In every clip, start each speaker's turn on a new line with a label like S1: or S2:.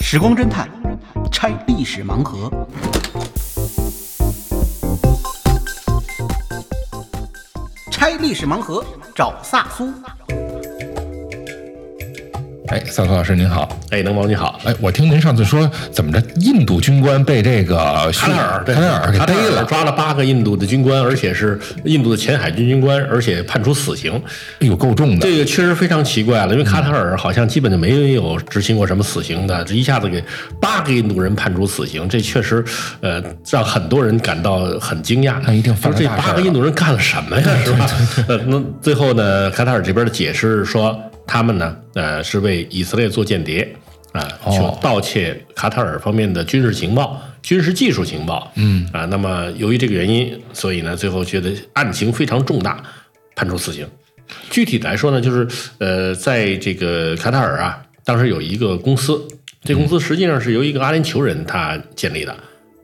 S1: 时光侦探拆历史盲盒。拆历史盲盒，找萨苏。
S2: 哎，萨苏老师您好。
S3: 哎，能毛你好，
S2: 哎，我听您上次说，怎么着，印度军官被这个
S3: 卡
S2: 喀
S3: 塔尔对
S2: 喀塔尔给
S3: 卡塔
S2: 逮
S3: 尔
S2: 了，
S3: 抓了八个印度的军官，而且是印度的前海军军官，而且判处死刑。
S2: 哎呦，够重的。
S3: 这个确实非常奇怪了，因为卡塔尔好像基本就没有执行过什么死刑的，这一下子给八个印度人判处死刑，这确实呃让很多人感到很惊讶。
S2: 那一定犯
S3: 说
S2: 了
S3: 这
S2: 大事
S3: 八
S2: 儿
S3: 个
S2: 了
S3: 印度人干了什么呀？是吧？呃，那最后呢，卡塔尔这边的解释是说，他们呢呃是为以色列做间谍啊，
S2: 哦
S3: 去盗窃卡塔尔方面的军事情报、军事技术情报。嗯啊，那么由于这个原因，所以呢，最后觉得案情非常重大，判处死刑。具体来说呢，就是呃，在这个卡塔尔啊，当时有一个公司，这公司
S2: 嗯
S3: 实际上是由一个阿联酋人他建立的，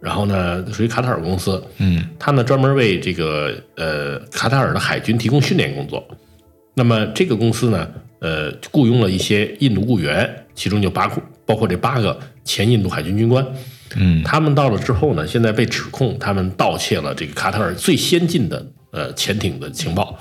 S3: 然后呢，属于卡塔尔公司，
S2: 嗯，
S3: 他呢专门为这个呃卡塔尔的海军提供训练工作。那么这个公司呢，呃，雇佣了一些印度雇员，其中就八个包括这八个前印度海军军官。
S2: 嗯，
S3: 他们到了之后呢，现在被指控他们盗窃了这个卡塔尔最先进的呃潜艇的情报，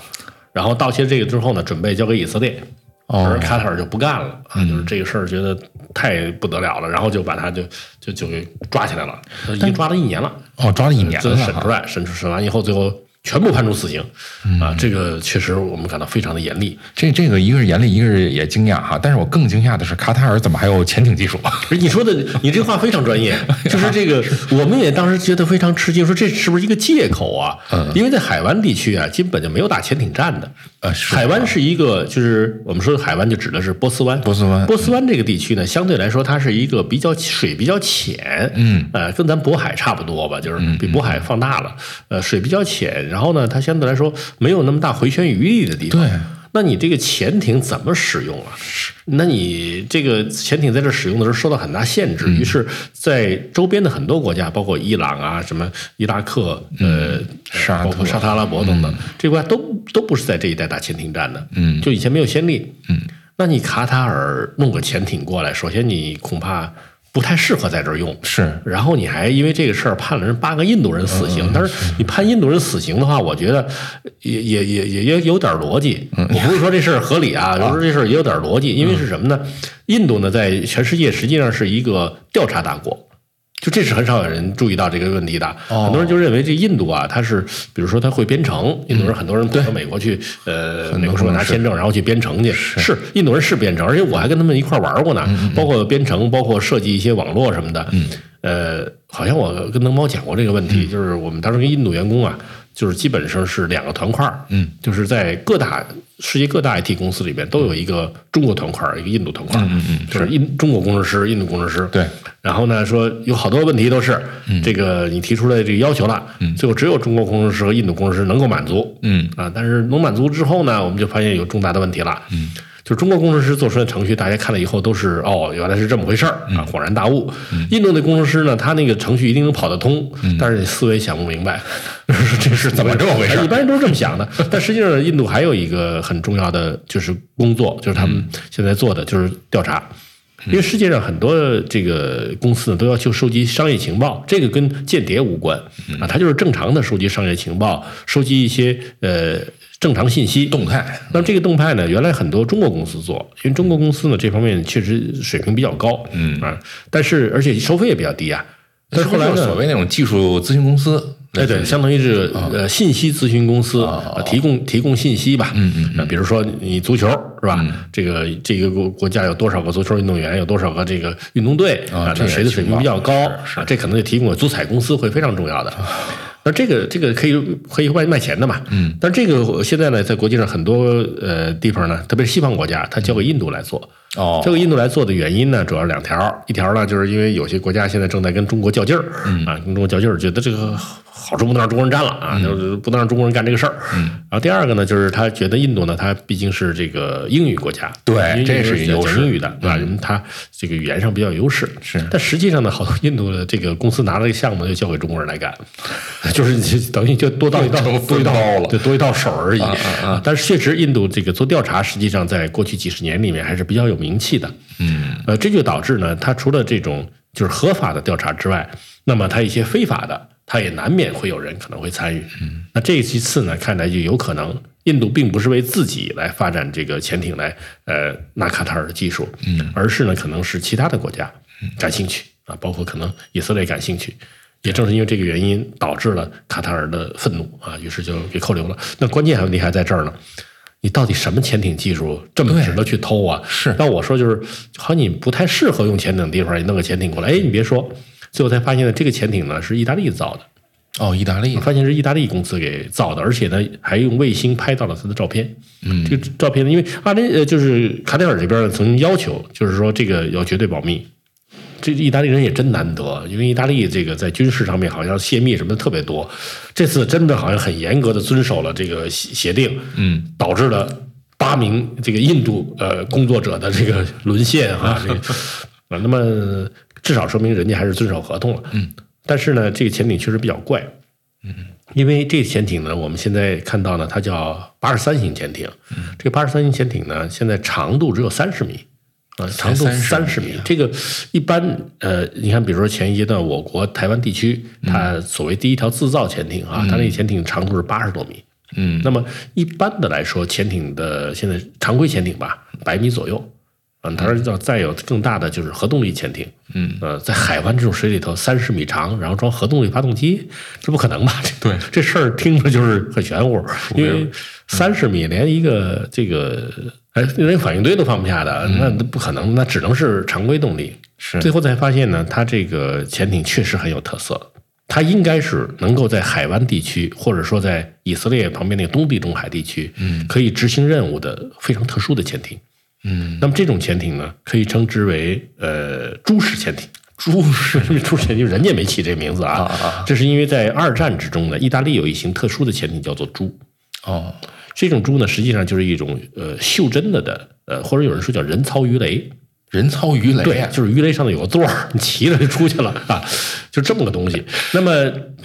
S3: 然后盗窃这个之后呢，准备交给以色列。而
S2: 哦，嗯
S3: 卡塔尔就不干了啊，就是这个事儿觉得太不得了了，然后就把他就就就给抓起来了，已经抓了一年了。
S2: 哦，抓了呃一年
S3: 最
S2: 了
S3: 后审出
S2: 哈。
S3: 来，审出审完以后，最后全部判处死刑、
S2: 嗯
S3: 啊！这个确实我们感到非常的严厉。
S2: 这这个一个是严厉，一个是也惊讶哈。但是我更惊讶的是，卡塔尔怎么还有潜艇技术？
S3: 不是你说的，你这话非常专业， 就是这个，我们也当时觉得非常吃惊，说这是不是一个借口啊？
S2: 嗯
S3: 因为在海湾地区啊，基本就没有打潜艇战的。
S2: 呃，是
S3: 海湾是一个，就是我们说的海湾，就指的是波斯湾。
S2: 波斯湾
S3: 波斯湾这个地区呢，相对来说它是一个比较水比较浅，
S2: 嗯，
S3: 呃，跟咱渤海差不多吧，就是比渤海放大了，呃，水比较浅，然后呢，它相对来说没有那么大回旋余地的地方。
S2: 对。
S3: 那你这个潜艇怎么使用啊？那你这个潜艇在这使用的时候受到很大限制，
S2: 嗯
S3: 于是，在周边的很多国家，包括伊朗啊、什么伊拉克、呃、
S2: 嗯沙特
S3: 包括沙特阿拉伯等等，这国家都都不是在这一带打潜艇战的，嗯，就以前没有先例，嗯，那你卡塔尔弄个潜艇过来，首先你恐怕不太适合在这儿用，
S2: 是
S3: 然后你还因为这个事儿判了人八个印度人死刑，但是你判印度人死刑的话，我觉得也也也也也有点逻辑。我不是说这事儿合理 啊，我说这事儿也有点逻辑，因为是什么呢？印度呢，在全世界实际上是一个调查大国。就这是很少有人注意到这个问题的，很多人就认为这印度啊，它是比如说它会编程，印度人很多人跑到美国去，呃，美国说拿签证然后去编程去，是嗯印度人是编程，而且我还跟他们一块儿玩过呢，包括编程，包括设计一些网络什么的，呃，好像我跟能猫讲过这个问题，就是我们当时跟印度员工啊，就是基本上是两个团块，嗯，就是在各大世界各大 IT 公司里边都有一个中国团块，一个印度团块，嗯嗯，就是印中国工程师、印度工程师，
S2: 对。
S3: 然后呢，说有好多问题都是、这个你提出来这个要求了，最后只有中国工程师和印度工程师能够满足，
S2: 嗯
S3: 啊，但是能满足之后呢，我们就发现有重大的问题了，嗯。就是中国工程师做出来的程序，大家看了以后都是哦，原来是这么回事儿啊，恍然大悟。印度的工程师呢，他那个程序一定能跑得通，但是思维想不明白，这是 怎
S2: 么这么回事儿
S3: 一般人都是这么想的。但实际上，印度还有一个很重要的就是工作，就是他们现在做的就是调查。因为世界上很多这个公司呢都要求收集商业情报，这个跟间谍无关啊，它就是正常的收集商业情报，收集一些呃正常信息。
S2: 动态，
S3: 那这个动态呢，原来很多中国公司做，因为中国公司呢这方面确实水平比较高，嗯啊，但是而且收费也比较低啊。但是后来
S2: 就
S3: 呢，
S2: 所谓那种技术咨询公司，
S3: 哎，对，相当于是呃信息咨询公司呃提供提供信息吧。嗯嗯。比如说你足球是吧？这个这个国国家有多少个足球运动员，有多少个这个运动队
S2: 啊
S3: 啊？
S2: 这
S3: 那
S2: 也
S3: 谁的水平比较高啊？这可能就提供给足彩公司会非常重要的。那这个这个可以可以卖卖钱的嘛？嗯，但这个现在呢，在国际上很多呃地方呢，特别是西方国家，它交给印度来做。
S2: 哦
S3: 这个印度来做的原因呢，主要是两条，一条呢，就是因为有些国家现在正在跟中国较劲儿，
S2: 嗯
S3: 啊，跟中国较劲儿，觉得这个好处不能让中国人占了啊，就是不能让中国人干这个事儿。
S2: 嗯
S3: 然后第二个呢，就是他觉得印度呢，它毕竟是这个英语国家，
S2: 对
S3: 因为
S2: 这是
S3: 印度
S2: 优
S3: 讲
S2: 势嗯
S3: 英语的，对吧？因为它这个语言上比较有优势。
S2: 是
S3: 但实际上呢，好多印度的这个公司拿了这个项目就交给中国人来干， 就是你等于就多到一道
S2: 就
S3: 多一
S2: 分
S3: 道
S2: 包了啊
S3: 对，多一道手而已。啊但是确实，印度这个做调查，实际上在过去几十年里面还是比较有名气的。嗯，呃，这就导致呢，它除了这种就是合法的调查之外，那么它一些非法的，它也难免会有人可能会参与。嗯，那这一次呢，看来就有可能。印度并不是为自己来发展这个潜艇来呃纳卡塔尔的技术，嗯，而是呢可能是其他的国家感兴趣啊，包括可能以色列感兴趣。也正是因为这个原因，导致了卡塔尔的愤怒啊，于是就给扣留了。那关键还问题还在这儿呢，你到底什么潜艇技术这么
S2: 对
S3: 值得去偷啊？
S2: 是
S3: 但我说就是，好像你不太适合用潜艇的地方，你弄个潜艇过来，哎，你别说，最后才发现呢，这个潜艇呢是意大利造的。
S2: 哦，意大利
S3: 发现是意大利公司给造的，而且呢还用卫星拍到了他的照片。嗯，这个照片呢，因为阿联呃就是卡塔尔这边呢曾经要求，就是说这个要绝对保密。这意大利人也真难得，因为意大利这个在军事上面好像泄密什么的特别多，这次真的好像很严格的遵守了这个协协定，嗯，导致了八名这个印度呃工作者的这个沦陷啊，这个啊，那么至少说明人家还是遵守合同了，嗯，但是呢，这个潜艇确实比较怪，嗯因为这个潜艇呢，我们现在看到呢，它叫八十三型潜艇。这个八十三型潜艇呢，现在长度只有三十米，啊，长度
S2: 30
S3: 三十米。啊这个一般呃，你看，比如说前一阶段我国台湾地区，它所谓第一条自造潜艇啊，它那个潜艇长度是八十多米。嗯，那么一般的来说，潜艇的现在常规潜艇吧，百米左右。啊，当然要再有更大的就是核动力潜艇，嗯，呃，在海湾这种水里头三十米长，然后装核动力发动机，这不可能吧？这
S2: 对
S3: 这事儿听着就是很玄乎，因为三十米连一个这个哎连反应堆都放不下的，那不可能，那只能是常规动力。
S2: 是
S3: 最后才发现呢，它这个潜艇确实很有特色，它应该是能够在海湾地区，或者说在以色列旁边那个东地中海地区，嗯，可以执行任务的非常特殊的潜艇。嗯，那么这种潜艇呢，可以称之为呃猪式潜艇。猪式 猪式潜艇，人家没起这名字啊，这是因为在二战之中呢，意大利有一型特殊的潜艇叫做猪。
S2: 哦，
S3: 这种猪呢，实际上就是一种呃袖珍的的，呃，或者有人说叫人操鱼雷，
S2: 人操鱼雷
S3: 对
S2: 啊，
S3: 就是鱼雷上头有个座儿，你骑着就出去了啊，就这么个东西。那么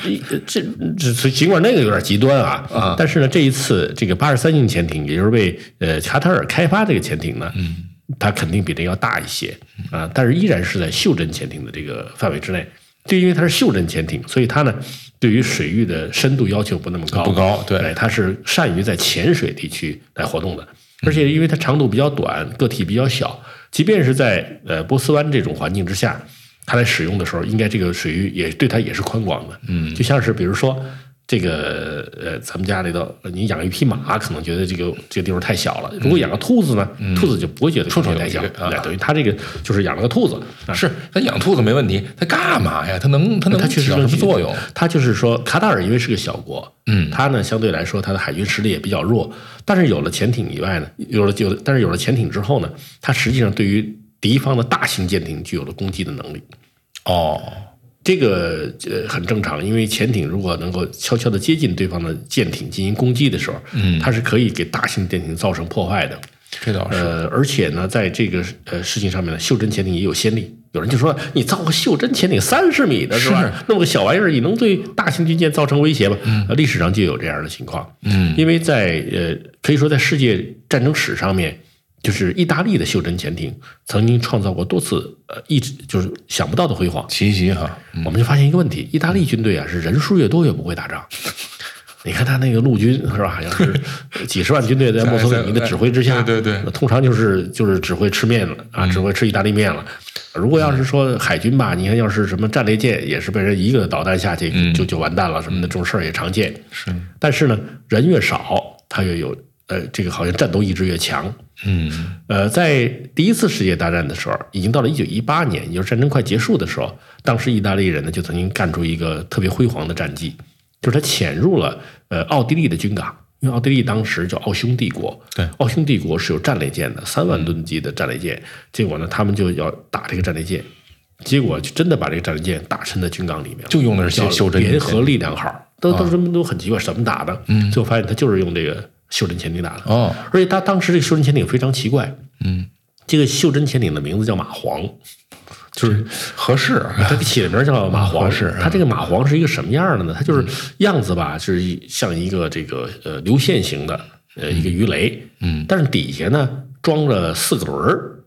S3: 一呃这这这尽管那个有点极端啊，
S2: 啊
S3: 但是呢，这一次这个八十三型潜艇，也就是为呃卡塔尔开发这个潜艇呢，
S2: 嗯
S3: 它肯定比这要大一些啊，但是依然是在袖珍潜艇的这个范围之内。就因为它是袖珍潜艇，所以它呢对于水域的深度要求不那么高，
S2: 不高对
S3: 它是善于在浅水地区来活动的，而且因为它长度比较短，个体比较小，即便是在呃波斯湾这种环境之下，它来使用的时候，应该这个水域也对它也是宽广的。嗯，就像是比如说这个呃，咱们家里头呃你养一匹马，可能觉得这个这个地方太小了。如果养个兔子呢，兔子就不会觉得
S2: 绰绰
S3: 太小
S2: 有余，啊
S3: 哎等于它这个就是养了个兔子。啊
S2: 是他养兔子没问题，他干嘛呀？他能他能
S3: 它确
S2: 起
S3: 实
S2: 到什
S3: 能
S2: 么作用？？
S3: 它就是说，卡塔尔因为是个小国，
S2: 嗯
S3: 它呢相对来说它的海军实力也比较弱，但是有了潜艇以外呢，有了有了，但是有了潜艇之后呢，它实际上对于敌方的大型舰艇具有了攻击的能力。
S2: 哦，
S3: 这个呃很正常，因为潜艇如果能够悄悄地接近对方的舰艇进行攻击的时候，嗯，它是可以给大型舰艇造成破坏的。
S2: 这倒是。
S3: 呃，而且呢，在这个呃事情上面呢，袖珍潜艇也有先例。有人就说，你造个袖珍潜艇三十米的是吧？弄个小玩意儿，你能对大型军舰造成威胁吗？呃历史上就有这样的情况。嗯，因为在呃，可以说在世界战争史上面，就是意大利的袖珍潜艇曾经创造过多次呃，一直就是想不到的辉煌。
S2: 奇袭哈，
S3: 我们就发现一个问题：意大利军队啊是人数越多越不会 打仗。你看他那个陆军是吧？好像 是几十万军队在墨索里尼的指挥之下，
S2: 对对嗯对
S3: 通常就是就是只会吃面了啊，只会吃意大利面了。如果要是说海军吧，你看要是什么战列舰，也是被人一个导弹下去就就完蛋了什么的，这种事儿也常见。
S2: 嗯是，
S3: 但是呢，人越少，他越有呃，这个好像战斗意志越强。
S2: 嗯，
S3: 呃，在第一次世界大战的时候，已经到了一九一八年，也就是战争快结束的时候，当时意大利人呢就曾经干出一个特别辉煌的战绩，就是他潜入了呃奥地利的军港，因为奥地利当时叫奥匈帝国，
S2: 对，嗯
S3: 奥匈帝国是有战列舰的，三万吨级的战列舰，结果呢他们就要打这个战列舰，结果就真的把这个战列舰打沉在军港里面了，
S2: 就用的是袖
S3: 叫
S2: 袖珍
S3: 联
S2: 潜
S3: 合
S2: 艇。啊
S3: 力量号，都都什么都很奇怪，什么打的，嗯，最后发现他就是用这个袖珍潜艇打的，
S2: 哦，
S3: 而且他当时这个袖珍潜艇非常奇怪，
S2: 嗯，
S3: 这个袖珍潜艇的名字叫蚂 蟥，就是
S2: 合适啊，
S3: 它起的名儿叫蚂蟥，
S2: 是嗯啊
S3: 它这个蚂蟥是一个什么样的呢？它就是样子吧，是一像一个这个呃流线
S2: 嗯
S3: 型的呃一个鱼雷，嗯，但是底下呢装着四个轮儿，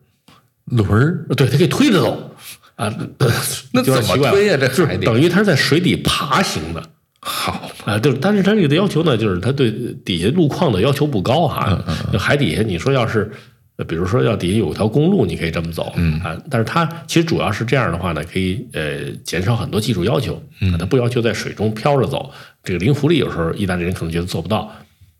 S2: 轮儿，
S3: 对他给推着走啊，呃
S2: 那
S3: 有点
S2: 怎么
S3: 奇怪
S2: 推呀这
S3: 就是
S2: 海底
S3: 等于他是在水底爬行的
S2: 好，
S3: 啊，就是但是他这个要求呢，就是他对底下路况的要求不高哈、就海底下你说要是。呃比如说，要底下有一条公路，你可以这么走，嗯啊，但是它其实主要是这样的话呢，可以呃减少很多技术要求，嗯，它不要求在水中漂着走，这个零浮力有时候意大利人可能觉得做不到，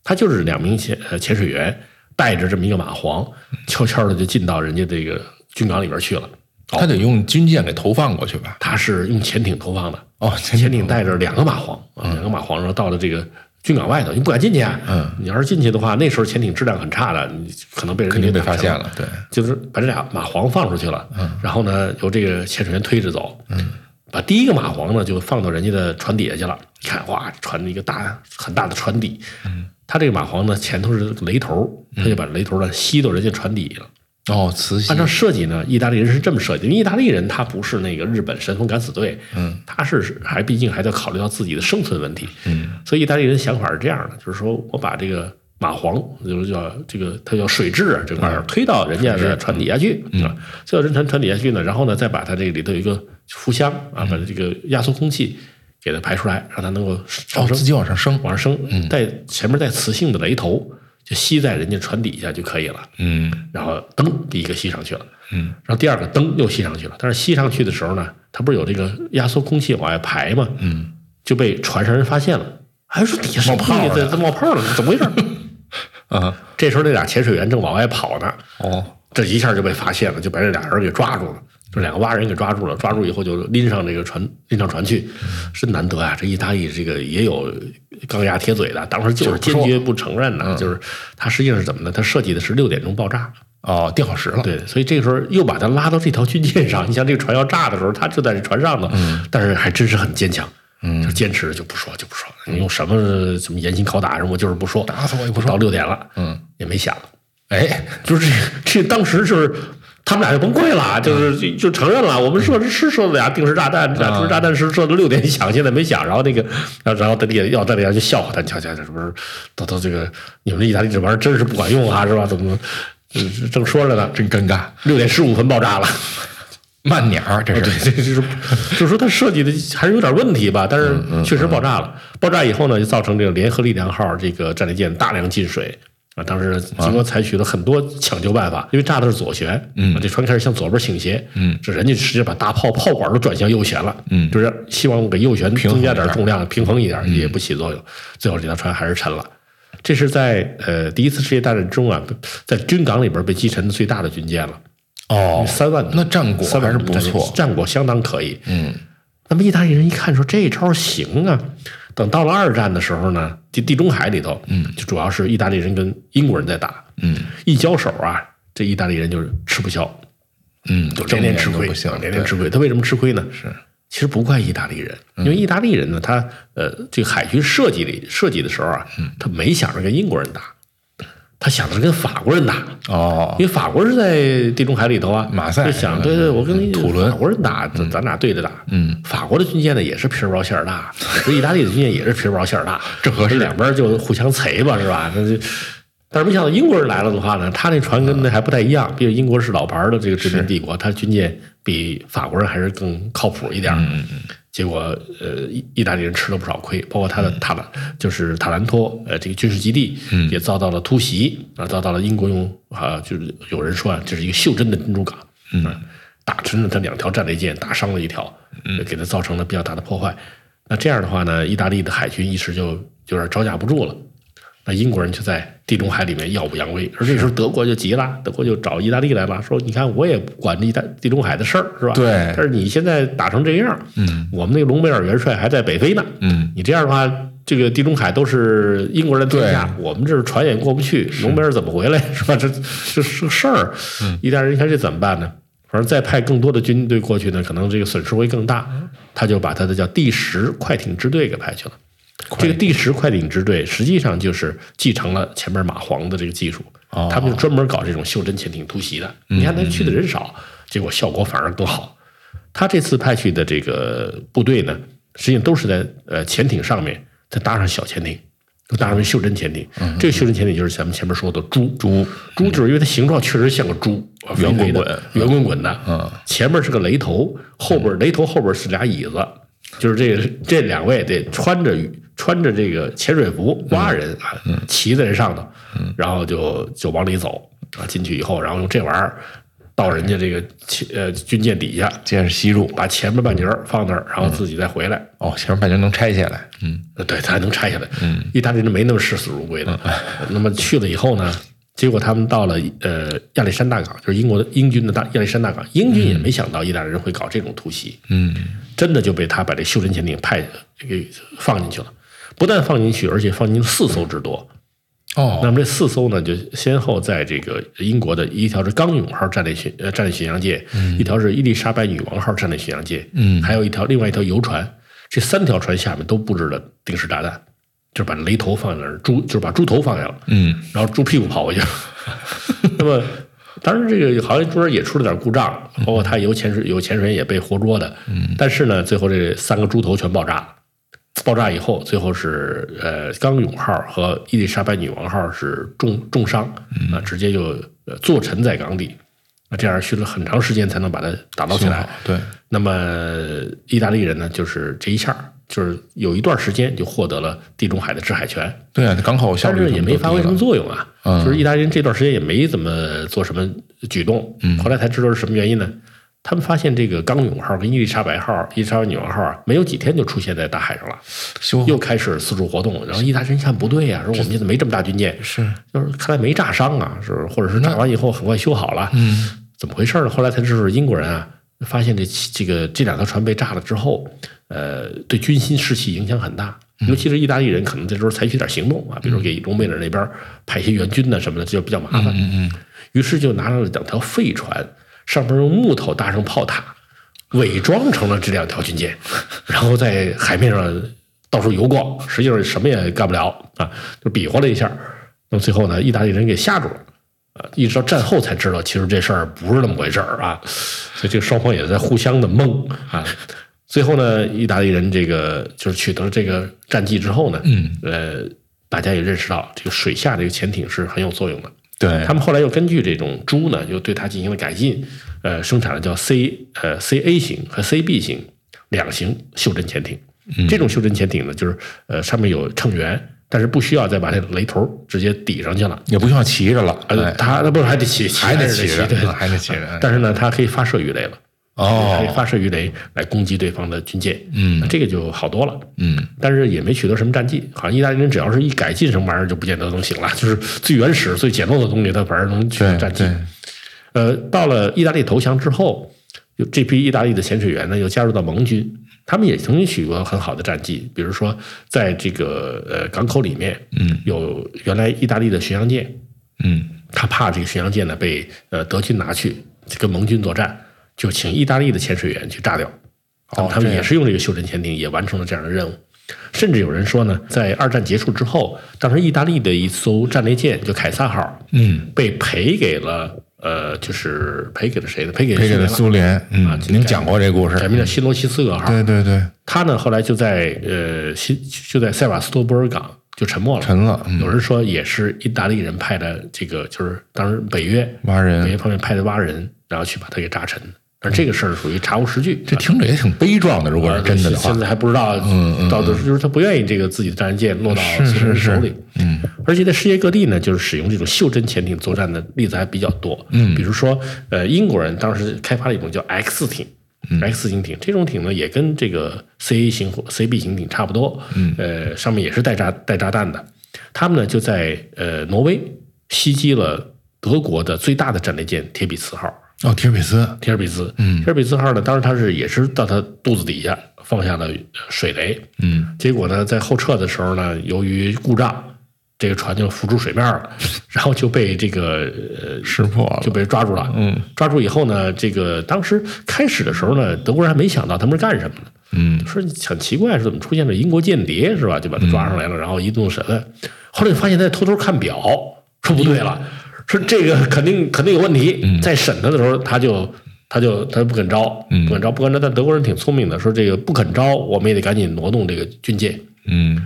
S3: 他就是两名潜呃潜水员带着这么一个蚂蟥，悄悄的就进到人家这个军港里边去了，
S2: 他得用军舰给投放过去吧？
S3: 它是用潜艇投放的，
S2: 哦，
S3: 潜艇带着两个蚂蟥啊，两个蚂蟥，然后到了这个军港外头，你不敢进去啊。
S2: 嗯，
S3: 你要是进去的话，那时候潜艇质量很差的，你可能被人
S2: 肯定被
S3: 给打
S2: 发
S3: 沉
S2: 现嗯了，对，
S3: 就是把这俩蚂蟥放出去了，然后呢，由这个潜水员推着走，
S2: 嗯
S3: 把第一个蚂蟥呢就放到人家的船底下去了。你看，哇，船一个大很大的船底，
S2: 嗯
S3: 他这个蚂蟥呢前头是个雷头，他就把雷头呢吸到人家船底了。
S2: 哦，慈禧
S3: 按照设计呢，意大利人是这么设计，因为意大利人他不是那个日本神风敢死队，嗯，他是还毕竟还在考虑到自己的生存问题，嗯，所以意大利人想法是这样的，就是说我把这个蚂蟥，就是叫这个它叫水蛭啊这块儿、推到人家的船底下去，啊，推到人船船底下去呢，然后呢再把它这个里头有一个浮箱啊，把这个压缩空气给它排出来，让它能够上
S2: 哦，
S3: 升
S2: 自己往上升，
S3: 往上升，带前面带磁性的雷头就吸在人家船底下就可以了。
S2: 嗯，
S3: 然后噔，第一个吸上去了，
S2: 嗯，
S3: 然后第二个噔又吸上去了，但是吸上去的时候呢，它不是有这个压缩空气往外排吗？嗯，就被船上人发现了，还说底下
S2: 冒泡了
S3: 在在冒泡了，怎么回事？
S2: 啊，
S3: 这时候那俩潜水员正往外跑呢，
S2: 哦，
S3: 这一下就被发现了，就把这俩人给抓住了，这两个蛙人给抓住了，抓住以后就拎上这个船，拎上船去，是难得啊！这意大利这个也有钢牙铁嘴的，当时就是坚决不承认的，就是他实际上是怎么呢？他设计的是六点钟爆炸，
S2: 哦，定好时了，
S3: 对，所以这个时候又把他拉到这条军舰上。你像这个船要炸的时候，他就在这船上呢，
S2: 嗯
S3: 但是还真是很坚强，嗯，就坚持就不说就不说，你用什么什么严刑拷打什么，我就是不说，
S2: 打死我也不说
S3: 到六点了，
S2: 嗯，
S3: 也没响，
S2: 哎，
S3: 就是这这当时就是。他们俩就崩溃
S2: 嗯
S3: 了，就是就就承认了，我们说是是说的俩定时炸弹，俩定时炸弹是说的六点响，现在没响。然后那个，然后然后他也要在底下就笑话他，你瞧瞧，这不是到到这个你们这意大利这玩意儿真是不管用啊，是吧？怎么呃正说着呢，
S2: 真尴尬，
S3: 六点十五分爆炸 了。
S2: 慢点儿，这
S3: 哦对，
S2: 是
S3: 这就是就是说它设计的还是有点问题吧，但是确实爆炸了。爆炸以后呢，就造成这个联合力量号这个战列舰大量进水。啊，当时尽管采取了很多抢救办法，因为炸的是左舷，嗯，这船开始向左边倾斜，嗯，这人家直接把大炮炮管都转向右舷了，嗯，就是希望给右舷增加点嗯重量，平衡一点，也不起作用。最后这条船还是沉了。这是在呃第一次世界大战中啊，在军港里边被击沉的最大的军舰了，
S2: 哦，
S3: 三万吨
S2: 那战果
S3: 三
S2: 还
S3: 百
S2: 是不错，
S3: 战果相当可以。
S2: 嗯，
S3: 那么意大利人一看说这招行啊，等到了二战的时候呢，地地中海里头，嗯，就主要是意大利人跟英国人在打，
S2: 嗯，
S3: 一交手啊，这意大利人就是吃不消，
S2: 嗯，就
S3: 连连吃
S2: 都
S3: 亏，
S2: 不行，
S3: 连连吃亏。他为什么吃亏呢？是。其实不怪意大利人，
S2: 嗯
S3: 因为意大利人呢，他呃，这个海军设计里设计的时候啊，
S2: 嗯
S3: 他没想着跟英国人打，他想的是跟法国人打。
S2: 哦，
S3: 因为法国是在地中海里头啊，
S2: 马赛
S3: 就想
S2: 嗯
S3: 对对，我跟
S2: 土伦
S3: 法国人打，咱咱俩对着打。
S2: 嗯，
S3: 法国的军舰呢也是皮儿薄馅儿大，这意大利的军舰也是皮儿薄馅儿大，
S2: 这合适
S3: 两边儿就互相贼吧，是吧？那就。但是没想到英国人来了的话呢，他那船
S2: 嗯
S3: 跟那还不太一样，毕竟英国是老牌儿的这个殖民帝国，他军舰比法国人还是更靠谱一点儿。
S2: 嗯
S3: 结果呃，意意大利人吃了不少亏，包括他的塔兰，就是塔兰托，呃，这个军事基地也遭到了突袭，啊，遭到了英国用啊，就是有人说啊，这是一个袖珍的珍珠港，嗯，打沉了他两条战列舰，打伤了一条，给他造成了比较大的破坏。那这样的话呢，意大利的海军一时就有点招架不住了。那英国人就在地中海里面耀武扬威，而这时候德国就急了，德国就找意大利来了，说你看我也不管意大地中海的事儿是吧？
S2: 对
S3: 但是你现在打成这样，哎嗯，我们那个隆美尔元帅还在北非呢，
S2: 嗯，
S3: 你这样的话，这个地中海都是英国人天下，我们这儿船也过不去，隆美尔怎么回来 是吧？这这是个事儿，意大利人一看这怎么办呢？反正再派更多的军队过去呢，可能这个损失会更大。他就把他的叫第十快艇支队给派去了。这个第十快艇支队实际上就是继承了前面马皇的这个技术，
S2: 哦
S3: 他们就专门搞这种袖珍潜艇突袭的。你看他去的人少，结果效果反而更好。他这次派去的这个部队呢，实际上都是在呃潜艇上面再搭上小潜艇，就大人们袖珍潜艇，
S2: 嗯
S3: 这个袖珍潜艇就是咱们前面说的猪猪猪，就是因为它形状确实像个猪，啊
S2: 嗯圆滚滚嗯
S3: 肥肥的圆滚滚的，嗯，前面是个雷头，后边雷头后边是俩椅子，就是这个这两位得穿着穿着这个潜水服蛙
S2: 嗯
S3: 人啊，骑在这上头，然后就就往里走啊，进去以后，然后用这玩意儿到人家这个潜呃军舰底下，
S2: 接着吸入。
S3: 把前面半截儿放那儿，然后自己再回来。
S2: 哦，前面半截能拆下来。嗯，
S3: 呃对，他还能拆下来。嗯，意大利人没那么视死如归的。 那么去了以后呢，结果他们到了呃亚历山大港，就是英国的英军的大亚历山大港，英军也没想到意大利人会搞这种突袭。嗯，真的就被他把这袖珍潜艇派给放进去了。不但放进去，而且放进四艘之多。
S2: 哦，
S3: 那么这四艘呢，就先后在这个英国的一条是刚勇号战列巡呃战列巡洋舰，一条是伊丽莎白女王号战列巡洋舰，嗯，还有一条另外一条游船，这三条船下面都布置了定时炸弹，就是把雷头放在那儿，猪就是把猪头放下了，
S2: 嗯，
S3: 然后猪屁股跑回去了。 那么，当然这个好像中间也出了点故障，包括它有潜水有潜水也被活捉的，嗯，但是呢，最后这三个猪头全爆炸了。爆炸以后，最后是呃，刚勇号和伊丽莎白女王号是重重伤啊，直接就呃坐沉在港底。那这样需了很长时间才能把它打捞起来。
S2: 对，
S3: 那么意大利人呢，就是这一下儿，就是有一段时间就获得了地中海的制海权。
S2: 对啊，港口效
S3: 但
S2: 率
S3: 是也没发挥什么作用啊。就是意大利人这段时间也没怎么做什么举动，后来才知道是什么原因呢？他们发现这个刚勇号跟伊丽莎白号、伊丽莎白女王号啊，没有几天就出现在大海上了，
S2: 修
S3: 又开始四处活动。然后意大利人一看不对啊呀、说我们这怎么没这么大军舰？
S2: 是
S3: 就是看来没炸伤啊，是或者是炸完以后很快修好了，嗯，怎么回事呢？后来才知道是英国人啊，发现这这个这两条船被炸了之后，呃，对军心士气影响很大。尤其是意大利人，可能这时候采取点行动啊，比如给隆美尔那边派一些援军呐什么的，这就比较麻烦。嗯嗯于是就拿了两条废船，上面用木头搭成炮塔，伪装成了这两条军舰， 然后在海面上到处游逛，实际上什么也干不了啊，就比划了一下。那么最后呢，意大利人给吓住了，啊，一直到战后才知道，其实这事儿不是那么回事儿啊。所以这个双方也在互相的蒙啊。最后呢，意大利人这个就是取得了这个战绩之后呢，嗯，呃，大家也认识到这个水下这个潜艇是很有作用的。
S2: 对
S3: 他，们后来又根据这种猪呢，又对它进行了改进，呃，生产了叫 C 呃 CA 型和 CB 型两型袖珍潜艇。
S2: 嗯
S3: 这种袖珍潜艇呢，就是呃上面有乘员，但是不需要再把这个雷头直接抵上去了。
S2: 也不需要骑着了，
S3: 呃，
S2: 哎，
S3: 它那不是还得骑，
S2: 还得
S3: 是
S2: 骑着
S3: 对，
S2: 还得骑着。
S3: 但是呢，它可以发射鱼雷了。可以
S2: 哦，
S3: 发射鱼雷来攻击对方的军舰，嗯，这个就好多了，嗯，但是也没取得什么战绩，好像意大利人只要是一改进什么玩意儿，就不见得能行了，就是最原始、最简陋的东西，它反而能取得
S2: 对
S3: 战绩
S2: 对。
S3: 呃，到了意大利投降之后，有这批意大利的潜水员呢，又加入到盟军，他们也曾经取得很好的战绩，比如说在这个呃港口里面，嗯，有原来意大利的巡洋舰，
S2: 嗯，
S3: 他怕这个巡洋舰呢被呃德军拿去跟盟军作战，就请意大利的潜水员去炸掉。那么他们
S2: 这样
S3: 也是用这个袖珍潜艇也完成了这样的任务。甚至有人说呢，在二战结束之后，当时意大利的一艘战列舰就凯撒号，
S2: 嗯，
S3: 被赔给了呃，就是赔给了谁呢？赔给
S2: 这个
S3: 了
S2: 的苏联，嗯，您讲过这故事
S3: 改，名叫新罗西斯格号。
S2: 对对对，
S3: 他呢后来就在呃西就在塞瓦斯托波尔港就沉没了。
S2: 沉了，嗯，
S3: 有人说也是意大利人派的，这个就是当时北约
S2: 挖
S3: 北约
S2: 人，
S3: 方面派的挖人，然后去把它给炸沉。但这个事儿属于查无实据，
S2: 这听着也挺悲壮的，如果
S3: 啊
S2: 是真的的话嗯
S3: 现，在还不知道，到底是就是他不愿意这个自己的战舰落到
S2: 是
S3: 苏联
S2: 是
S3: 手里。嗯，而且在世界各地呢，就是使用这种袖珍潜艇作战的例子还比较多。嗯，比如说，呃，英国人当时开发了一种叫 X 艇。X
S2: 嗯
S3: 型艇这种艇呢，也跟这个 C 型或 CB 型艇差不多，嗯，呃，上面也是带炸带炸弹的。他们呢就在呃挪威袭击了德国的最大的战列舰铁比茨号，
S2: 哦，提尔比斯，
S3: 提尔比兹，嗯，提尔比兹号呢，当时他是也是到他肚子底下放下了水雷，嗯，结果呢，在后撤的时候呢，由于故障，这个船就浮出水面了， 然后就被这个呃
S2: 识破
S3: 就
S2: 了，
S3: 被抓住了。嗯，抓住以后呢，这个当时开始的时候呢，德国人还没想到他们是干什么的。嗯，说很奇怪，是怎么出现了英国间谍是吧？就把他抓上来了，然后一顿审问。后来发现他在偷偷看表，说不对了，说这个肯定肯定有问题。在审他的时候，他就他就他就不肯招，不肯招，不肯招。但德国人挺聪明的，说这个不肯招，我们也得赶紧挪动这个军舰。
S2: 嗯，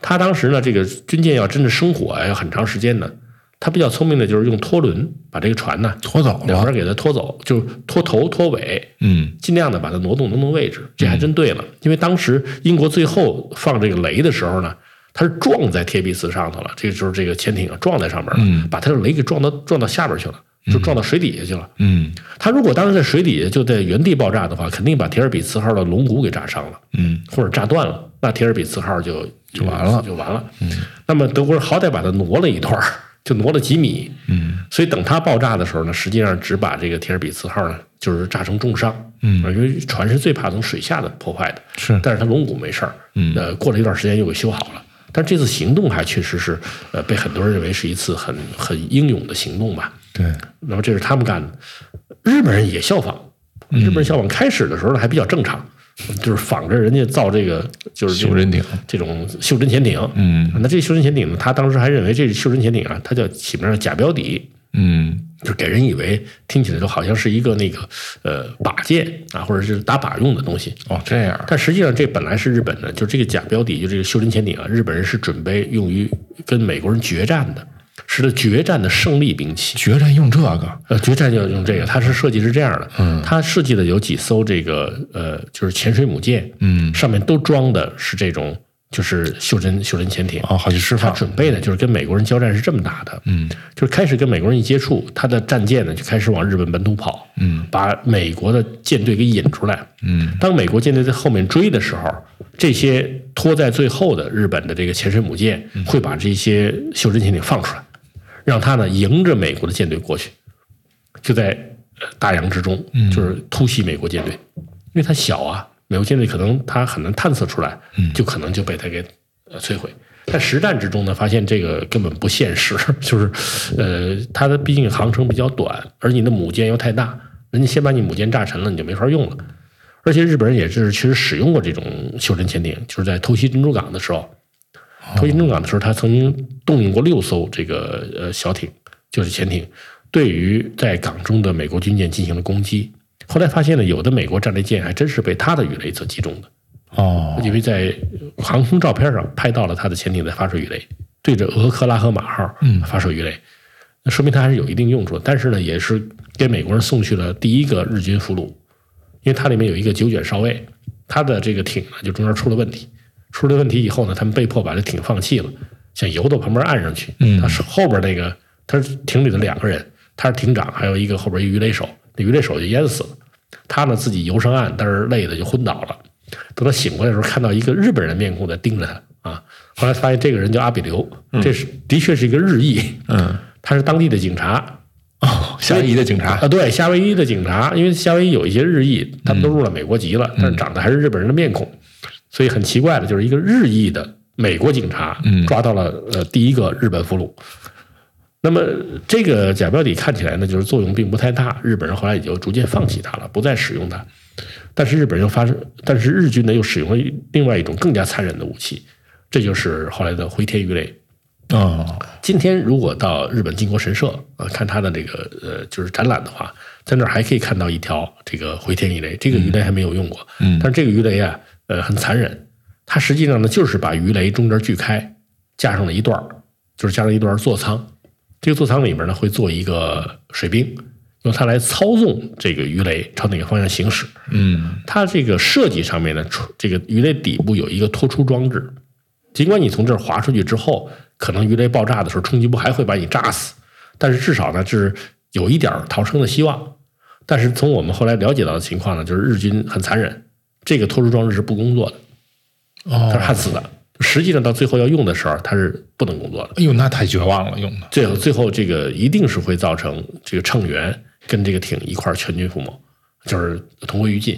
S3: 他当时呢，这个军舰要真的生火啊，要很长时间的。他比较聪明的就是用拖轮把这个船呢
S2: 拖走
S3: 两
S2: 了，
S3: 边给它拖走，就是拖头拖尾，
S2: 嗯
S3: 尽量的把它挪动挪动位置，这还真对了。因为当时英国最后放这个雷的时候呢，它是撞在铁壁寺上头了，这个就是这个潜艇啊撞在上面了，
S2: 嗯
S3: 把它的雷给撞到撞到下边去了，就撞到水底下去了。
S2: 嗯
S3: 它如果当时在水底下就在原地爆炸的话，肯定把铁尔比茨号的龙骨给炸伤了，
S2: 嗯
S3: 或者炸断了，那铁尔比茨号就就
S2: 完了嗯
S3: 就完了。那么德国人好歹把它挪了一段儿，就挪了几米，
S2: 嗯
S3: 所以等它爆炸的时候呢，实际上只把这个铁尔比茨号呢，就是炸成重伤。
S2: 嗯
S3: 啊，因为船是最怕从水下的破坏的，
S2: 是
S3: 但是它龙骨没事儿。
S2: 嗯
S3: 呃，过了一段时间又给修好了。但这次行动还确实是，呃，被很多人认为是一次很很英勇的行动吧。
S2: 对
S3: 那么这是他们干的，日本人也效仿。日本人效仿开始的时候呢还比较正常，就是仿着人家造这个就是这种
S2: 修真艇
S3: 这种袖珍潜艇。
S2: 嗯
S3: 那这袖珍潜艇呢，他当时还认为这袖珍潜艇啊，它叫起名叫假标底，
S2: 嗯
S3: 就是给人以为听起来就好像是一个那个呃靶舰啊，或者是打靶用的东西。
S2: 哦这样
S3: 但实际上，这本来是日本的，就这个假标底，就这个袖珍潜艇啊，日本人是准备用于跟美国人决战的，是个决战的胜利兵器。
S2: 决战用这个
S3: 呃，决战就用这个，它是设计是这样的，嗯，它设计的有几艘这个呃，就是潜水母舰，
S2: 嗯
S3: 上面都装的是这种就是袖珍袖珍潜艇，
S2: 哦好去释
S3: 他
S2: 放
S3: 准备呢就是跟美国人交战是这么打的，
S2: 嗯
S3: 就是开始跟美国人一接触，他的战舰呢就开始往日本本土跑，
S2: 嗯
S3: 把美国的舰队给引出来。
S2: 嗯
S3: 当美国舰队在后面追的时候，这些拖在最后的日本的这个潜水母舰
S2: 嗯
S3: 会把这些袖珍潜艇放出来，让它呢迎着美国的舰队过去，就在呃大洋之中，就是突袭美国舰队，因为它小啊，美国舰队可能它很难探测出来，就可能就被它给呃摧毁。在实战之中呢，发现这个根本不现实， 就是，呃，它的毕竟航程比较短，而你的母舰又太大，人家先把你母舰炸沉了，你就没法用了。而且日本人也是其实使用过这种袖珍潜艇，就是在偷袭珍珠港的时候，偷袭珍珠港的时候，他曾经动用过六艘这个呃小艇，就是潜艇，对于在港中的美国军舰进行了攻击。后来发现呢，有的美国战列舰还真是被他的鱼雷所击中的，
S2: 哦
S3: 因为在航空照片上拍到了他的潜艇在发射鱼雷，对着俄克拉荷马号
S2: 嗯
S3: 发射鱼雷，那说明它还是有一定用处的。但是呢，也是给美国人送去了第一个日军俘虏，因为它里面有一个九卷少尉，他的这个艇呢就中间出了问题，出了问题以后呢，他们被迫把这艇放弃了，想游到旁边岸上去。
S2: 嗯
S3: 他是后边那个他是艇里的两个人，他是艇长，还有一个后边一鱼雷手，那鱼雷手就淹死了。他呢自己游上岸，但是累的就昏倒了。等他醒过来的时候，看到一个日本人面孔在盯着他啊。后来发现这个人叫阿比留，这是的确是一个日裔，
S2: 嗯
S3: 他是当地的警察，
S2: 哦 夏威夷的警察嗯
S3: 啊，对，夏威夷的警察，因为夏威夷有一些日裔，他们都入了美国籍了，但是长得还是日本人的面孔，所以很奇怪的就是一个日裔的美国警察
S2: 嗯
S3: 抓到了呃第一个日本俘虏。那么这个假标底看起来呢，就是作用并不太大，日本人后来也就逐渐放弃它了，不再使用它。但是日本人又发生，但是日军呢又使用了另外一种更加残忍的武器，这就是后来的回天鱼雷。
S2: 哦
S3: 今天如果到日本靖国神社啊、呃看它的这个呃就是展览的话，在那儿还可以看到一条这个回天鱼雷，这个鱼雷还没有用过，
S2: 嗯
S3: 但是这个鱼雷啊，呃很残忍，它实际上呢就是把鱼雷中间锯开，加上了一段儿，就是加上一段儿座舱，这个座舱里面呢会做一个水兵，用它来操纵这个鱼雷朝哪个方向行驶，
S2: 嗯
S3: 它这个设计上面呢，出这个鱼雷底部有一个脱出装置，尽管你从这儿滑出去之后，可能鱼雷爆炸的时候冲击波还会把你炸死，但是至少呢是有一点儿逃生的希望。但是从我们后来了解到的情况呢，就是日军很残忍，这个脱出装置是不工作的，它是
S2: 哦
S3: 焊死的。实际上到最后要用的时候，它是不能工作的。
S2: 哎呦那太绝望了用的
S3: 最后最后这个一定是会造成这个乘员跟这个艇一块儿全军覆没，就是同归于尽。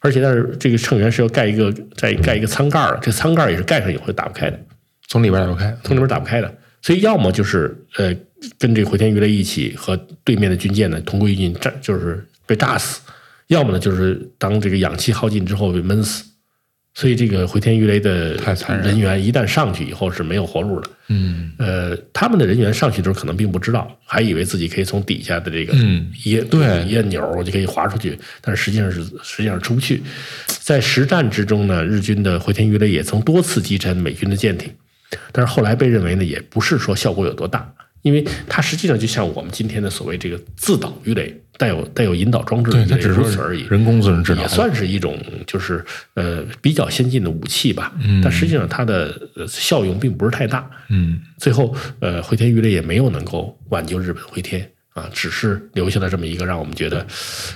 S3: 而且但是这个乘员是要盖一个再盖一个舱盖儿的，这舱盖儿也是盖上以后打不开的，
S2: 从里边打不开
S3: 从里面打不开的。所以要么就是呃跟这个回天鱼雷一起和对面的军舰呢同归于尽，炸就是被炸死；要么呢就是当这个氧气耗尽之后被闷死。所以这个回天鱼雷的
S2: 太残忍了
S3: 人员一旦上去以后是没有活路的。
S2: 嗯
S3: 呃，他们的人员上去的时候可能并不知道，还以为自己可以从底下的这个
S2: 嗯
S3: 一
S2: 对
S3: 一按钮我就可以滑出去，但是实际上是实际上是出不去。在实战之中呢，日军的回天鱼雷也曾多次击沉美军的舰艇，但是后来被认为呢，也不是说效果有多大，因为它实际上就像我们今天的所谓这个自导鱼雷，带有带有引导装置的
S2: 对，
S3: 鱼
S2: 它
S3: 雷
S2: 只
S3: 如
S2: 是
S3: 此
S2: 说
S3: 而已。
S2: 人工自能智能
S3: 也，算是一种就是呃比较先进的武器吧，嗯，但实际上它的呃效用并不是太大，
S2: 嗯，
S3: 最后呃回天鱼雷也没有能够挽救日本回天。啊，只是留下了这么一个让我们觉得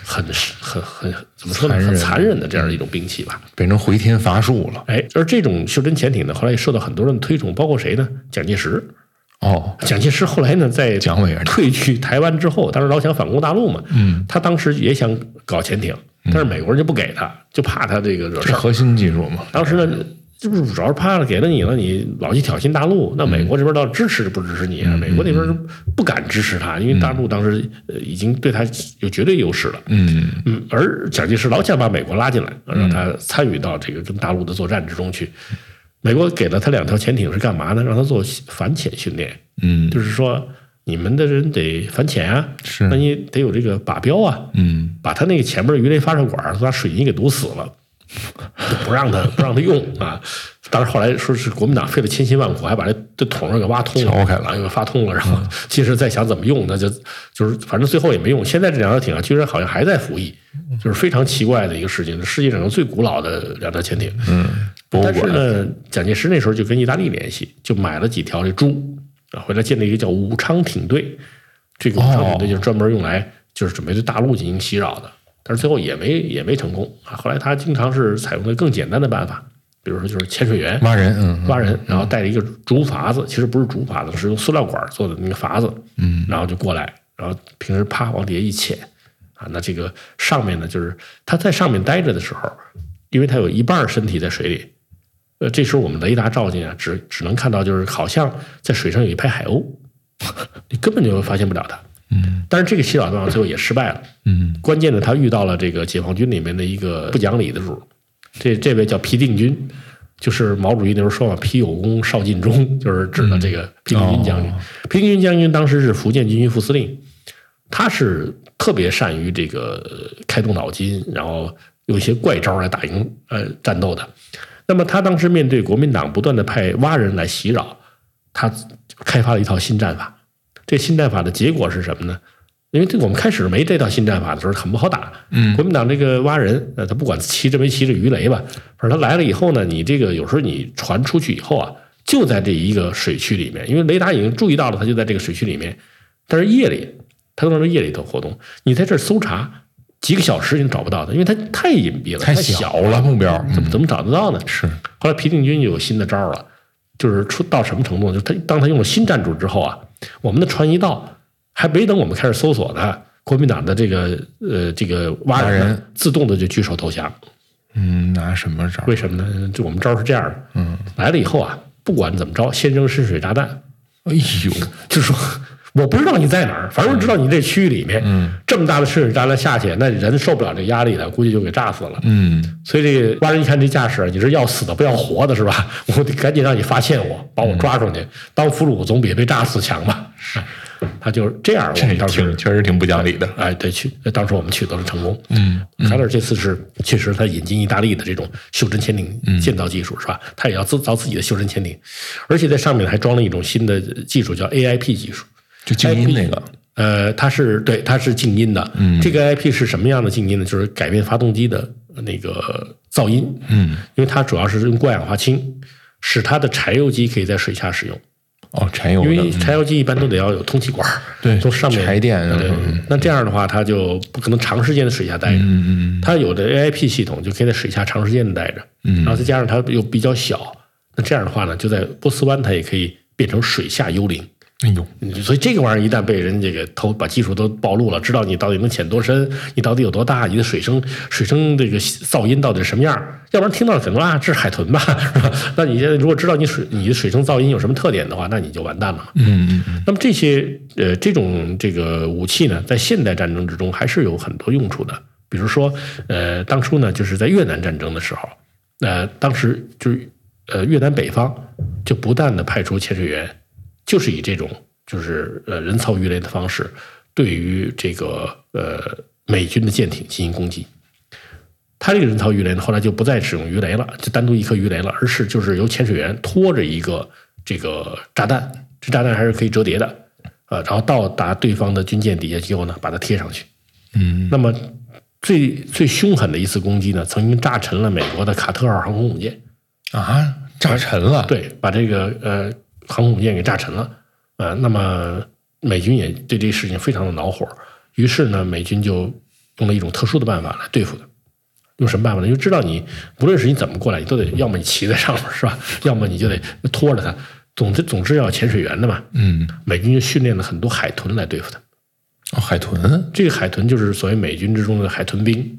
S3: 很很很怎么说呢，
S2: 残忍
S3: 很残忍的这样的一种兵器吧。
S2: 变成回天乏术了。
S3: 哎，而这种袖珍潜艇呢，后来也受到很多人的推崇，包括谁呢？蒋介石。
S2: 哦，
S3: 蒋介石后来呢，在
S2: 蒋委员长
S3: 退去台湾之后，当时老想反攻大陆嘛，嗯，他当时也想搞潜艇，但是美国人就不给他，就怕他这个惹
S2: 嗯
S3: 事
S2: 是
S3: 儿。
S2: 核心技术嘛？
S3: 当时呢，这不是主要是怕给了你了，你老去挑衅大陆，那
S2: 嗯
S3: 美国这边倒支持不支持你啊？美国那边不敢支持他，因为大陆当时呃已经对他有绝对优势了。
S2: 嗯，
S3: 嗯，而蒋介石老想把美国拉进来，让他参与到这个跟大陆的作战之中去。美国给了他两条潜艇是干嘛呢？让他做反潜训练。
S2: 嗯，
S3: 就是说你们的人得反潜啊，
S2: 是
S3: 那你得有这个靶标啊，
S2: 嗯，
S3: 把他那个前面的鱼雷发射管儿都把水泥给堵死了，就不让他不让他用啊。但是后来说是国民党费了千辛万苦，还把这这桶儿给挖通了，
S2: 撬开了嗯
S3: 啊又给发通了。然后其实再想怎么用，那就就是反正最后也没用。现在这两条艇啊，居然好像还在服役，
S2: 嗯
S3: 就是非常奇怪的一个事情。世界上最古老的两条潜艇，嗯，
S2: 博物
S3: 但
S2: 馆
S3: 是呢，蒋介石那时候就跟意大利联系，就买了几条这猪，啊，回来建立一个叫武昌艇队。这
S2: 哦
S3: 个武昌艇队就是专门用来就是准备对大陆进行袭扰的，但是最后也没也没成功啊。后来他经常是采用的更简单的办法，比如说就是潜水员
S2: 挖人，嗯，
S3: 挖人，然后带着一个竹筏子，其实不是竹筏子，是用塑料管做的那个筏子，嗯，然后就过来，然后平时啪往底下一潜，啊，那这个上面呢，就是他在上面待着的时候，因为他有一半身体在水里，呃，这时候我们雷达照进啊，只只能看到就是好像在水上有一排海鸥， 你根本就发现不了它。嗯，但是这个洗澡办法最后也失败了。
S2: 嗯，
S3: 关键呢，他遇到了这个解放军里面的一个不讲理的主儿，这这位叫皮定均，就是毛主席那时候说嘛，“批有功，少尽忠”，就是指的这个皮定均将军。皮定均将军当时是福建军区副司令，他是特别善于这个呃开动脑筋，然后用一些怪招来打赢呃战斗的。那么他当时面对国民党不断的派蛙人来袭扰，他开发了一套新战法。这新战法的结果是什么呢？因为这个我们开始没这套新战法的时候很不好打，嗯，国民党这个蛙人，呃，他不管骑着没骑着鱼雷吧，反正他来了以后呢，你这个有时候你船出去以后啊，就在这一个水区里面，因为雷达已经注意到了，他就在这个水区里面，但是夜里，他都是夜里头活动，你在这儿搜查几个小时你找不到他，因为他太隐蔽了，
S2: 嗯太
S3: 太
S2: 小嗯
S3: 了，嗯
S2: 了目标，
S3: 怎么怎么找得到呢？
S2: 是，
S3: 后来皮定均有新的招儿了，就是出到什么程度呢？就是他当他用了新战术之后啊，我们的船一到，还没等我们开始搜索呢，国民党的这个呃这个蛙
S2: 蛙
S3: 人呢
S2: 人
S3: 自动的就举手投降。
S2: 嗯，拿什么招？
S3: 为什么呢？就我们招儿是这样的，嗯，来了以后啊，不管怎么着，先扔深水炸弹，
S2: 哎呦，
S3: 就是说。 我不知道你在哪儿，反正我知道你这区域里面，嗯，这么大的深水炸弹下去，那人受不了这压力了，估计就给炸死了。
S2: 嗯，
S3: 所以这个蛙人一看这架势，你是要死的不要活的是吧？ 我得赶紧让你发现我，把我抓出去，当俘虏总比被炸死强吧？ 他嗯就是这样，我
S2: 这
S3: 们当时
S2: 挺确实挺不讲理的，
S3: 哎，对，去当时我们取得了成功。嗯，卡塔尔这次是确实他引进意大利的这种袖珍潜艇建造技术、是吧？他也要自造自己的袖珍潜艇，而且在上面还装了一种新的技术叫 AIP 技术。
S2: 就静音那个，
S3: 呃，它是对，它是静音的。嗯，这个 IP 是什么样的静音呢？就是改变发动机的那个噪音。嗯，因为它主要是用过氧化氢，使它的柴油机可以在水下使用。
S2: 哦，柴油
S3: 因为
S2: 的，
S3: 柴油机一般都得要有通气管儿，
S2: 对
S3: 从上面
S2: 柴电
S3: 对
S2: 嗯
S3: 那这样的话，它就不可能长时间的水下待着。嗯嗯它有的 AIP 系统就可以在水下长时间的待着，嗯，然后再加上它又比较小，那这样的话呢，就在波斯湾它也可以变成水下幽灵。
S2: 哎呦，
S3: 嗯所以这个玩意儿一旦被人这个偷，把技术都暴露了，知道你到底能潜多深，你到底有多大，你的水声水声这个噪音到底是什么样儿，要不然听到可能啊这是海豚吧， 是吧？那你现在如果知道你水你的水声噪音有什么特点的话，那你就完蛋了嘛。
S2: 嗯嗯，
S3: 那么这些呃这种这个武器呢，在现代战争之中还是有很多用处的。比如说，呃，当初呢，就是在越南战争的时候，呃，当时就是呃越南北方就不断的派出潜水员，就是以这种就是呃人操鱼雷的方式，对于这个呃美军的舰艇进行攻击。他这个人操鱼雷呢，后来就不再使用鱼雷了，就单独一颗鱼雷了，而是就是由潜水员拖着一个这个炸弹，这炸弹还是可以折叠的，呃，然后到达对方的军舰底下之后呢，把它贴上去。嗯，那么最最凶狠的一次攻击呢，曾经炸沉了美国的卡特号航空母舰。
S2: 啊，炸沉了，
S3: 对，把这个呃航空母舰给炸沉了。呃，那么美军也对这事情非常的恼火，于是呢，美军就用了一种特殊的办法来对付它。用什么办法呢？就知道你不论是你怎么过来，你都得要么你骑在上面是吧？要么你就得拖着它。总之，总之要有潜水员的嘛。
S2: 嗯，
S3: 美军就训练了很多海豚来对付它。
S2: 哦，海豚，
S3: 这个海豚就是所谓美军之中的海豚兵，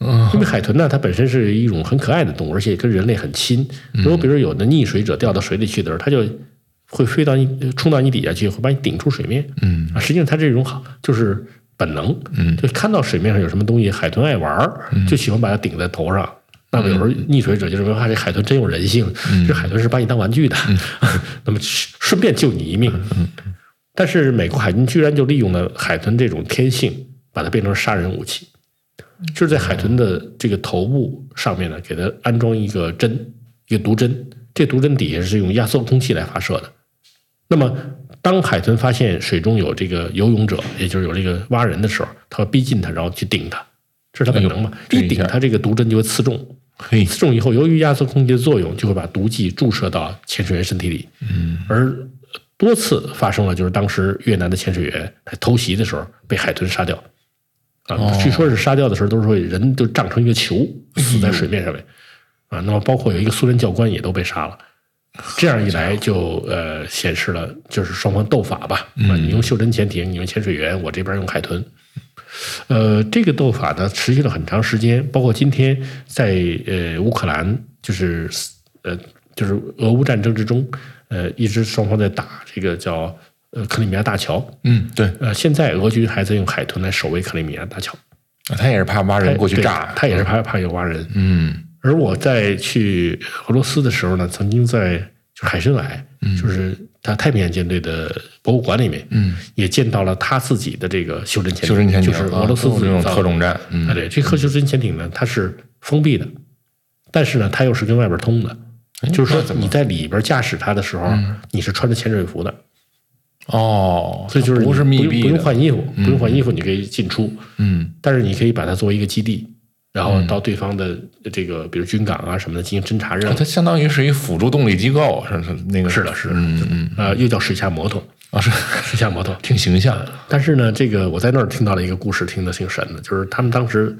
S2: 嗯
S3: 因为海豚呢，它本身是一种很可爱的动物，而且跟人类很亲。
S2: 嗯
S3: 如果比如有的溺水者掉到水里去的时候，它就会飞到你，冲到你底下去，会把你顶出水面。
S2: 嗯
S3: 啊，实际上它这种好就是本能，
S2: 嗯
S3: 就看到水面上有什么东西，海豚爱玩儿，就喜欢把它顶在头上。那么有时候
S2: 嗯
S3: 溺水者就是说，哇，这海豚真有人性，这海豚是把你当玩具的，
S2: 嗯
S3: 那么顺便救你一命。但是美国海军居然就利用了海豚这种天性，把它变成杀人武器，就是在海豚的这个头部上面呢，给它安装一个针，一个毒针，这毒针底下是用压缩空气来发射的。那么，当海豚发现水中有这个游泳者，也就是有这个蛙人的时候，它会逼近它，然后去顶它，这是它本能嘛？
S2: 哎呦
S3: 一
S2: 这一
S3: 顶
S2: 下
S3: 它，这个毒针就会刺中。
S2: 嘿，
S3: 刺中以后，由于压缩空气的作用，就会把毒剂注射到潜水员身体里。嗯，而多次发生了，就是当时越南的潜水员在偷袭的时候被海豚杀掉。啊，
S2: 哦
S3: 据说是杀掉的时候都是会人就胀成一个球，死在水面上面。啊，那么包括有一个苏联教官也都被杀了。这样一来就呃显示了就是双方斗法吧，啊，你用袖珍潜艇，你用潜水员，我这边用海豚。呃，这个斗法呢持续了很长时间，包括今天在呃乌克兰，就是呃就是俄乌战争之中，呃一直双方在打这个叫呃克里米亚大桥，
S2: 嗯，对，
S3: 呃现在俄军还在用海豚来守卫克里米亚大桥，
S2: 啊他也是怕挖人过去
S3: 对
S2: 炸，
S3: 他也是怕怕有挖人，
S2: 嗯
S3: 而我在去俄罗斯的时候呢，曾经在就是海参崴，就是他太平洋舰队的博物馆里面，
S2: 嗯，
S3: 也见到了他自己的这个袖珍潜艇，
S2: 袖珍啊潜艇
S3: 就是俄罗斯自
S2: 这
S3: 己
S2: 种
S3: 造的
S2: 特种战，
S3: 啊，
S2: 嗯，
S3: 对，这颗袖珍潜艇呢，它是封闭的，但是呢，它又是跟外边通的，哎就是说
S2: 哎那怎么嗯
S3: 你在里边驾驶它的时候，你是穿着潜水服的，
S2: 哦，
S3: 所以就
S2: 它
S3: 是你
S2: 不是密
S3: 用
S2: 闭
S3: 不用
S2: 的，
S3: 换衣服，不用换衣服，你可以进出，
S2: 嗯
S3: 但是你可以把它作为一个基地，然后到对方的这个比如军港啊什么的进行侦察任务
S2: 它。相当于是一辅助动力机构，是是那个
S3: 是的，是的，
S2: 嗯嗯，
S3: 呃，又叫水下摩托，
S2: 啊是
S3: 水下 摩托。
S2: 挺形象，
S3: 但是呢，这个我在那儿听到了一个故事，听得挺神的，就是他们当时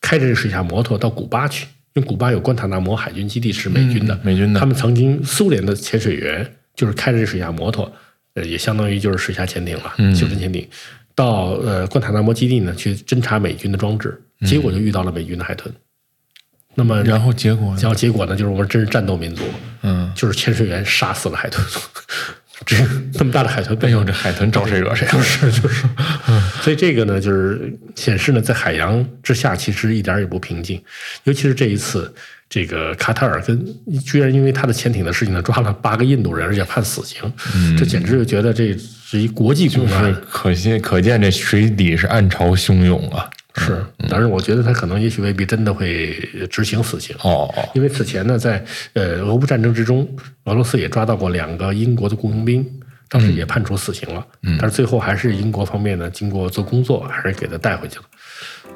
S3: 开着这水下摩托到古巴去，因为古巴有关塔那摩海军基地是美军的，
S2: 美军的
S3: 他们曾经苏联的潜水员就是开着这水下摩托，呃，也相当于就是水下潜艇了，袖珍潜艇，到呃关塔那摩基地呢去侦察美军的装置，结果就遇到了美军的海豚。那么，
S2: 然后结果呢
S3: 然后结果呢，就是我们真是战斗民族，
S2: 嗯，
S3: 就是潜水员杀死了海豚， 这那么大的海豚
S2: 哎
S3: 被
S2: 呦这海豚招谁惹谁 了？
S3: 是就是，所以这个呢，就是显示呢，在海洋之下其实一点儿也不平静，尤其是这一次，这个卡塔尔跟居然因为他的潜艇的事情呢，抓了八个印度人，而且判死刑，这简直就觉得这是一国际
S2: 嗯就
S3: 公
S2: 是
S3: 案。
S2: 可见可见这水底是暗潮汹涌啊，
S3: 是，但嗯是我觉得他可能也许未必真的会执行死刑。
S2: 哦哦
S3: 因为此前呢，在呃俄乌战争之中，俄罗斯也抓到过两个英国的雇佣兵，当时也判处死刑了。嗯，但是最后还是英国方面呢，经过做工作，还是给他带回去了。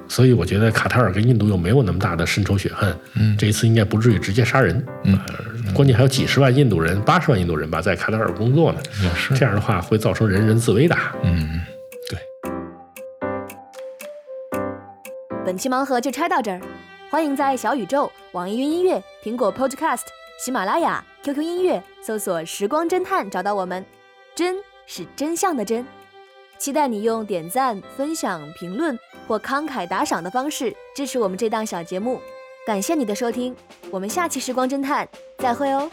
S3: 所以我觉得卡塔尔跟印度又没有那么大的深仇血恨，嗯，这一次应该不至于直接杀人。嗯、呃，关键还有几十万印度人、八十万印度人吧，在卡塔尔工作呢。
S2: 也是，
S3: 这样的话会造成人人自危的。
S2: 嗯
S4: 本期盲盒就拆到这儿，欢迎在小宇宙、网易云音乐、苹果 Podcast、喜马拉雅、QQ 音乐搜索“时光侦探”找到我们。真是真相的真，期待你用点赞、分享、评论或慷慨打赏的方式支持我们这档小节目。感谢你的收听，我们下期《时光侦探》再会哦。